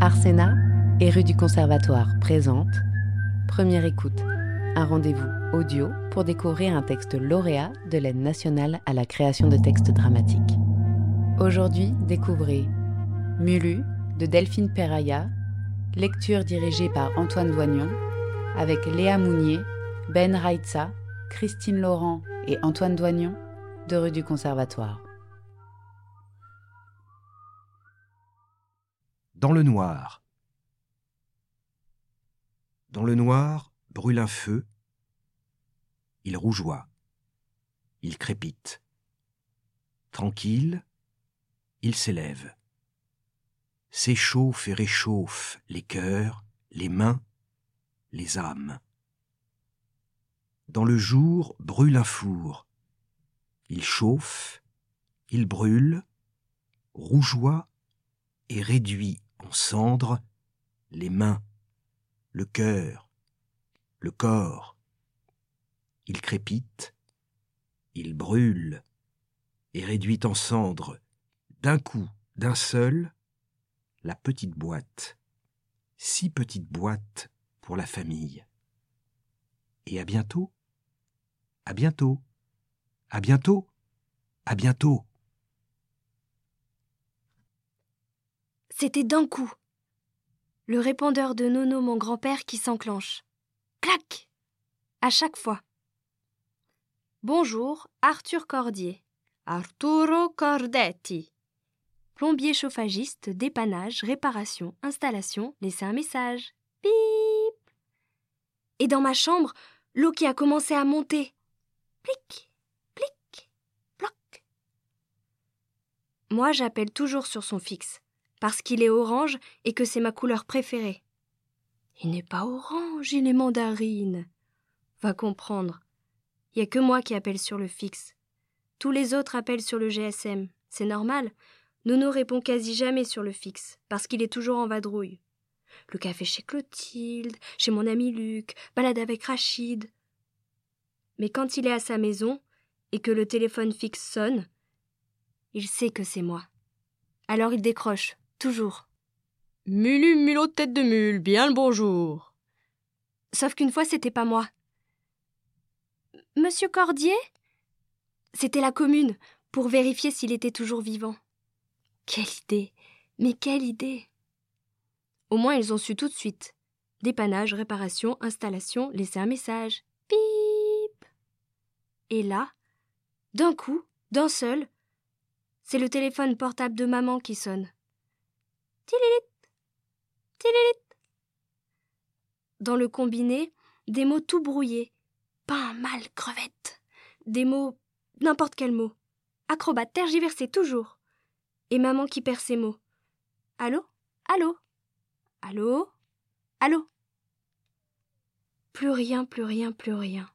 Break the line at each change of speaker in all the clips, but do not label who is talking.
Arsena et rue du Conservatoire présente Première écoute, un rendez-vous audio pour découvrir un texte lauréat de l'aide nationale à la création de textes dramatiques. Aujourd'hui, découvrez Mulu de Delphine Peraya, lecture dirigée par Antoine Doignon, avec Léa Mounier, Ben Raitsa, Christine Laurent et Antoine Doignon de rue du Conservatoire.
Dans le noir. Dans le noir brûle un feu. Il rougeoie. Il crépite. Tranquille, il s'élève. S'échauffe et réchauffe les cœurs, les mains, les âmes. Dans le jour brûle un four. Il chauffe, il brûle, rougeoie et réduit en cendres les mains, le cœur, le corps. Il crépite, il brûle et réduit en cendres d'un coup, d'un seul, la petite boîte, six petites boîtes pour la famille. Et à bientôt, à bientôt, à bientôt, à bientôt.
C'était d'un coup. Le répondeur de Nono, mon grand-père, qui s'enclenche. Clac À chaque fois. Bonjour, Arthur Cordier. Arturo Cordetti. Plombier chauffagiste, dépannage, réparation, installation, laissez un message. Bip Et dans ma chambre, l'eau qui a commencé à monter. Plic, plic, ploc. Moi, j'appelle toujours sur son fixe parce qu'il est orange et que c'est ma couleur préférée. Il n'est pas orange, il est mandarine. Va comprendre. Il n'y a que moi qui appelle sur le fixe. Tous les autres appellent sur le GSM. C'est normal. Nono répond quasi jamais sur le fixe, parce qu'il est toujours en vadrouille. Le café chez Clotilde, chez mon ami Luc, balade avec Rachid. Mais quand il est à sa maison et que le téléphone fixe sonne, il sait que c'est moi. Alors il décroche, toujours.
Mulu, mulot, tête de mule, bien le bonjour.
Sauf qu'une fois, c'était pas moi. Monsieur Cordier C'était la commune, pour vérifier s'il était toujours vivant. Quelle idée Mais quelle idée Au moins, ils ont su tout de suite. Dépannage, réparation, installation, laisser un message. Pip Et là, d'un coup, d'un seul, c'est le téléphone portable de maman qui sonne. Tililit Tililit Dans le combiné, des mots tout brouillés. Pain, mal, crevette. Des mots. n'importe quel mot. Acrobate, tergiversé, toujours. Et maman qui perd ses mots. Allô Allô Allô Allô Plus rien, plus rien, plus rien.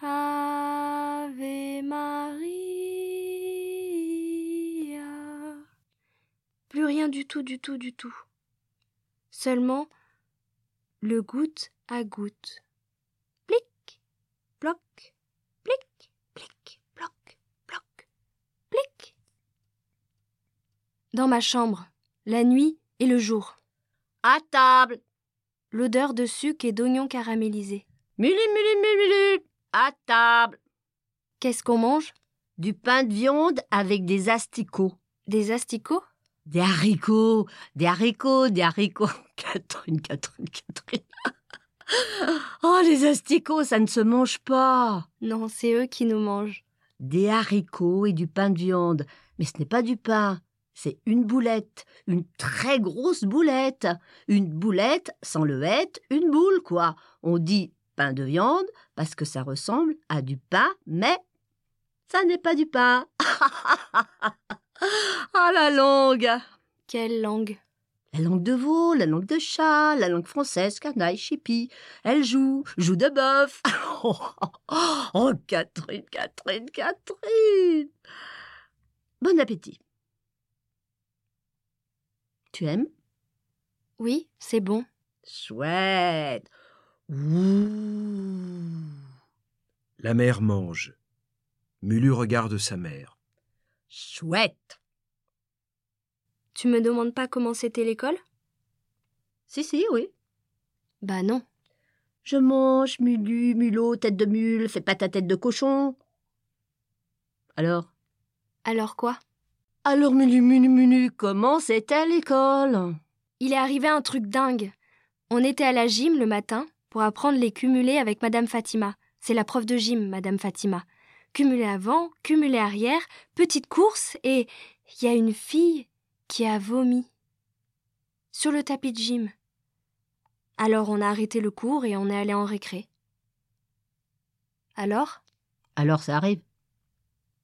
Ave Maria. Plus rien du tout, du tout, du tout. Seulement le goutte à goutte. Plic, bloc, plic, plic, bloc, bloc, plic. Dans ma chambre, la nuit et le jour,
À table.
l'odeur de sucre et d'oignons caramélisés.
Mulu, mulu, mulu, mulu. À table.
Qu'est-ce qu'on mange
Du pain de viande avec des asticots.
Des asticots
Des haricots, des haricots, des haricots. Catherine, Catherine, Catherine. Oh, les asticots, ça ne se mange pas.
Non, c'est eux qui nous mangent.
Des haricots et du pain de viande. Mais ce n'est pas du pain. C'est une boulette, une très grosse boulette. Une boulette, sans le être, une boule, quoi. On dit pain de viande parce que ça ressemble à du pain, mais ça n'est pas du pain. Ah, la langue
Quelle langue
La langue de veau, la langue de chat, la langue française, canaille, chipi. Elle joue, joue de bœuf. Oh, oh, oh, Catherine, Catherine, Catherine. Bon appétit. Tu aimes
Oui, c'est bon.
Chouette. Ouh.
La mère mange. Mulu regarde sa mère.
Chouette.
Tu me demandes pas comment c'était l'école
Si, si, oui.
Bah non.
Je mange, mulu, mulot, tête de mule, fais pas ta tête de cochon. Alors
Alors quoi
Alors, mulu, mulu, mulu, comment c'était l'école
Il est arrivé un truc dingue. On était à la gym le matin pour apprendre les cumulés avec Madame Fatima. C'est la prof de gym, Madame Fatima. Cumulé avant, cumulé arrière, petite course et il y a une fille qui a vomi sur le tapis de gym. Alors on a arrêté le cours et on est allé en récré. Alors
Alors, ça arrive.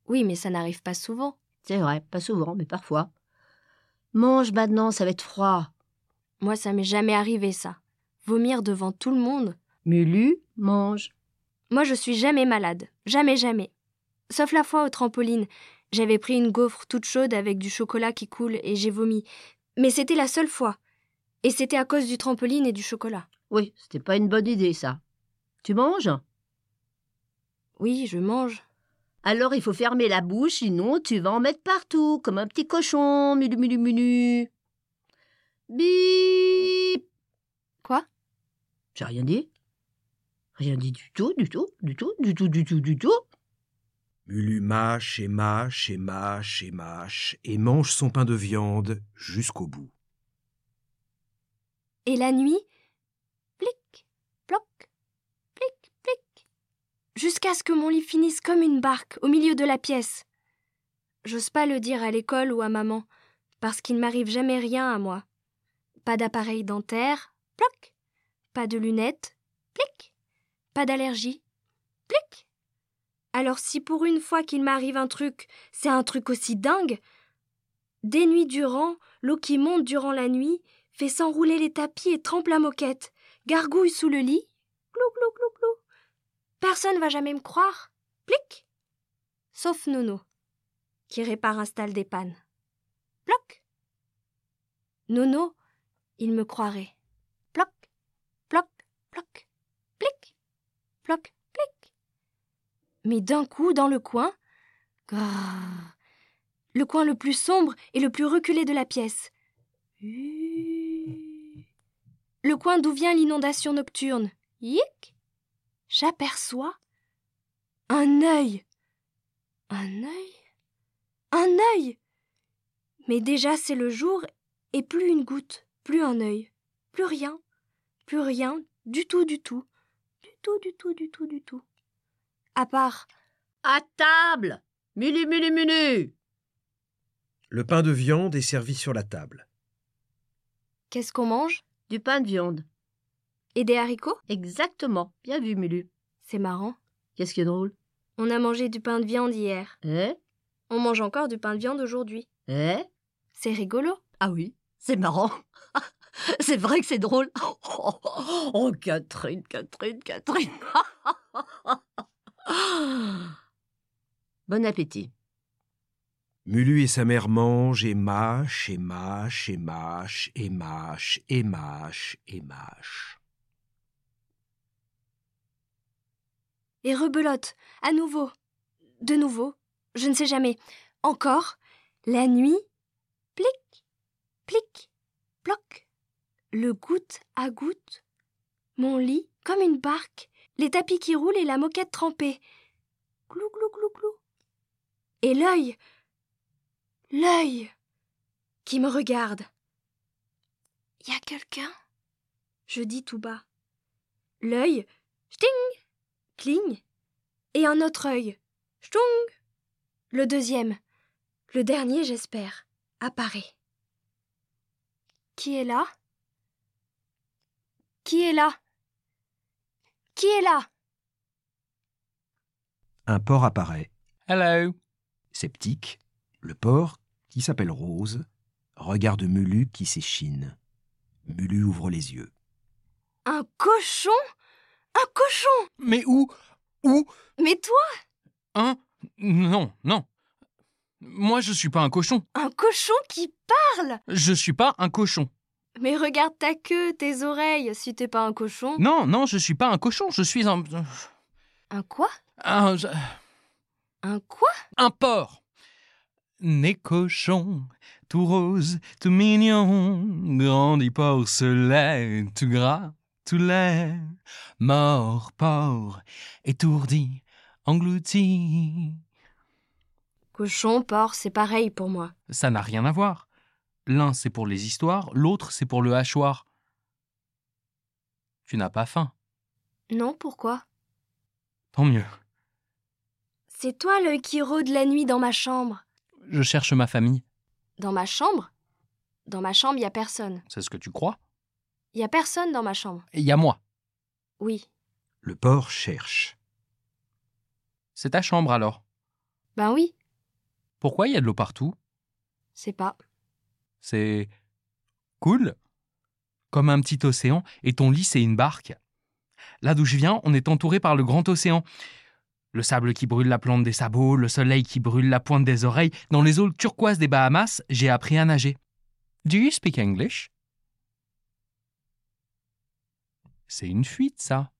Oui, mais ça n'arrive pas souvent.
C'est vrai, pas souvent, mais parfois. Mange maintenant, ça va être froid.
Moi, ça m'est jamais arrivé ça. Vomir devant tout le monde.
Mulu, mange.
Moi, je suis jamais malade. Jamais, jamais. Sauf la fois au trampoline. J'avais pris une gaufre toute chaude avec du chocolat qui coule et j'ai vomi. Mais c'était la seule fois. Et c'était à cause du trampoline et du chocolat.
Oui, c'était pas une bonne idée, ça. Tu manges
Oui, je mange.
Alors il faut fermer la bouche, sinon tu vas en mettre partout, comme un petit cochon, mulu mulu mulu. Bip
Quoi
J'ai rien dit. Rien dit du tout, du tout, du tout, du tout, du tout, du tout.
Mulu mâche et mâche et mâche et mâche et mange son pain de viande jusqu'au bout.
Et la nuit, plic, ploc, plic, plic, jusqu'à ce que mon lit finisse comme une barque au milieu de la pièce. J'ose pas le dire à l'école ou à maman, parce qu'il ne m'arrive jamais rien à moi. Pas d'appareil dentaire, ploc, pas de lunettes, plic, pas d'allergie, plic. Alors si pour une fois qu'il m'arrive un truc, c'est un truc aussi dingue, des nuits durant, l'eau qui monte durant la nuit, fait s'enrouler les tapis et trempe la moquette, gargouille sous le lit, clou clou clou clou. Personne va jamais me croire, plic. Sauf Nono, qui répare installe des pannes. Ploc. Nono, il me croirait. Ploc, ploc, ploc, plic, ploc, plic. Mais d'un coup, dans le coin, grrr, le coin le plus sombre et le plus reculé de la pièce, le coin d'où vient l'inondation nocturne. Hic J'aperçois un œil. Un œil Un œil Mais déjà c'est le jour et plus une goutte, plus un œil, plus rien, plus rien, du tout, du tout, du tout, du tout, du tout, du tout. À part,
À table Mulu mulu mulu
Le pain de viande est servi sur la table.
qu'est-ce qu'on mange
Du pain de viande.
Et des haricots
Exactement. Bien vu, Mulu.
C'est marrant.
Qu'est-ce qui est drôle
On a mangé du pain de viande hier.
Eh
On mange encore du pain de viande aujourd'hui.
Eh
C'est rigolo.
Ah oui, c'est marrant. c'est vrai que c'est drôle. Oh, Catherine, Catherine, Catherine. bon appétit.
Mulu et sa mère mangent et mâchent et mâchent et mâchent et mâchent et mâchent et mâchent.
et rebelote, à nouveau, de nouveau, je ne sais jamais, encore, la nuit, plic, plic, ploc, le goutte à goutte, mon lit comme une barque, les tapis qui roulent et la moquette trempée, glou glou glou glou, et l'œil, l'œil, qui me regarde. Y a quelqu'un Je dis tout bas. L'œil, sting, cligne, et un autre œil. Ch'tung Le deuxième. Le dernier, j'espère, apparaît. Qui est là Qui est là Qui est là
Un porc apparaît.
Hello.
Sceptique, le porc, qui s'appelle Rose, regarde Mulu qui s'échine. Mulu ouvre les yeux.
Un cochon Un cochon
Mais où Où
Mais toi,
Hein Non, non. Moi, je suis pas un cochon.
un cochon qui parle
Je suis pas un cochon.
Mais regarde ta queue, tes oreilles, si t'es pas un cochon.
Non, non, je suis pas un cochon. Je suis un.
Un quoi
Un,
Un quoi
un porc. nez cochon, tout rose, tout mignon, grandi porcelet, tout gras, tout laid, mort, porc, étourdi, englouti.
Cochon, porc, c'est pareil pour moi.
Ça n'a rien à voir. L'un c'est pour les histoires, l'autre c'est pour le hachoir. Tu n'as pas faim.
Non, pourquoi
Tant mieux.
C'est toi l'œil qui rôde la nuit dans ma chambre.
Je cherche ma famille.
Dans ma chambre Dans ma chambre, il y a personne.
C'est ce que tu crois
Il y a personne dans ma chambre.
Il y a moi.
Oui.
Le porc cherche.
C'est ta chambre alors.
Ben oui,
Pourquoi il y a de l'eau partout
c'est pas.
C'est cool. Comme un petit océan, et ton lit, c'est une barque. Là d'où je viens, on est entouré par le grand océan. Le sable qui brûle la plante des sabots, le soleil qui brûle la pointe des oreilles. Dans les eaux turquoises des Bahamas, j'ai appris à nager. Do you speak English? C'est une fuite, ça.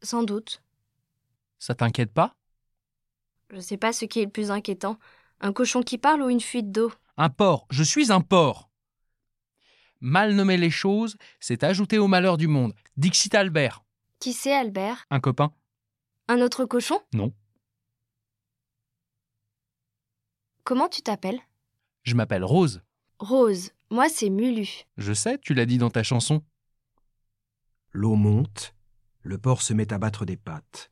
Sans doute.
Ça t'inquiète pas?
Je sais pas ce qui est le plus inquiétant. Un cochon qui parle ou une fuite d'eau
Un porc, je suis un porc. Mal nommer les choses, c'est ajouter au malheur du monde. Dixit Albert,
Qui c'est, Albert
un copain.
Un autre cochon
Non.
Comment tu t'appelles
Je m'appelle Rose.
Rose. Moi, c'est Mulu.
Je sais, tu l'as dit dans ta chanson.
L'eau monte. Le porc se met à battre des pattes.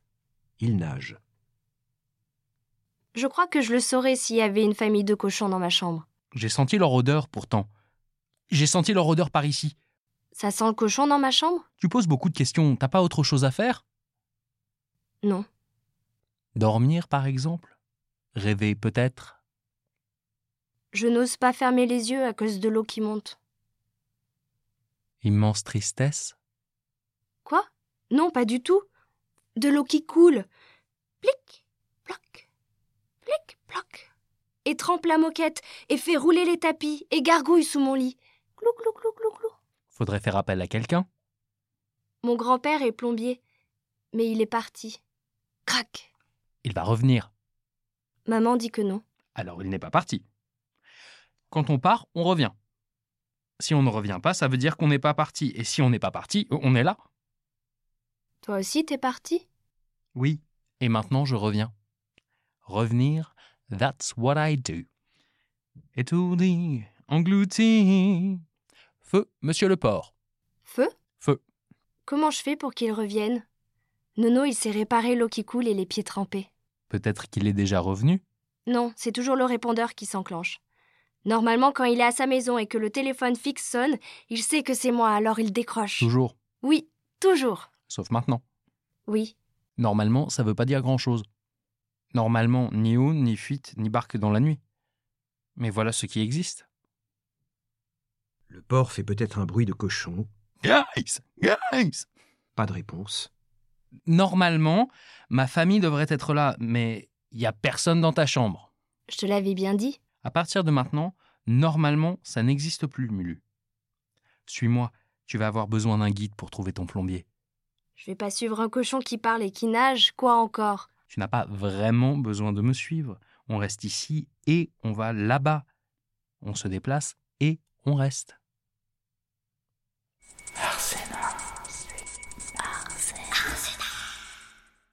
Il nage.
Je crois que je le saurais s'il y avait une famille de cochons dans ma chambre.
J'ai senti leur odeur pourtant. J'ai senti leur odeur par ici.
Ça sent le cochon dans ma chambre
Tu poses beaucoup de questions, t'as pas autre chose à faire
Non.
Dormir par exemple Rêver peut-être
Je n'ose pas fermer les yeux à cause de l'eau qui monte.
Immense tristesse
Quoi Non, pas du tout. De l'eau qui coule. Plic, ploc, plic, ploc. Et trempe la moquette, et fait rouler les tapis, et gargouille sous mon lit. Clou, clou, clou, clou, clou.
Faudrait faire appel à quelqu'un
Mon grand-père est plombier, mais il est parti. Crac
Il va revenir.
Maman dit que non.
Alors il n'est pas parti. Quand on part, on revient. Si on ne revient pas, ça veut dire qu'on n'est pas parti. Et si on n'est pas parti, on est là.
Toi aussi, t'es parti
Oui, et maintenant je reviens. Revenir, that's what I do. Étourdi, englouti. Feu, monsieur le porc.
Feu
Feu.
Comment je fais pour qu'il revienne Nono, il s'est réparé l'eau qui coule et les pieds trempés.
Peut-être qu'il est déjà revenu.
Non, c'est toujours le répondeur qui s'enclenche. Normalement, quand il est à sa maison et que le téléphone fixe sonne, il sait que c'est moi, alors il décroche.
Toujours,
Oui, toujours.
sauf maintenant.
Oui,
Normalement, ça veut pas dire grand-chose. Normalement, ni eau, ni fuite, ni barque dans la nuit. Mais voilà ce qui existe.
Le porc fait peut-être un bruit de cochon.
Guys Guys
Pas de réponse.
Normalement, ma famille devrait être là, mais il y a personne dans ta chambre.
je te l'avais bien dit.
À partir de maintenant, normalement, ça n'existe plus, Mulu. Suis-moi, tu vas avoir besoin d'un guide pour trouver ton plombier.
Je vais pas suivre un cochon qui parle et qui nage, quoi encore
Tu n'as pas vraiment besoin de me suivre. On reste ici et on va là-bas. On se déplace et on reste.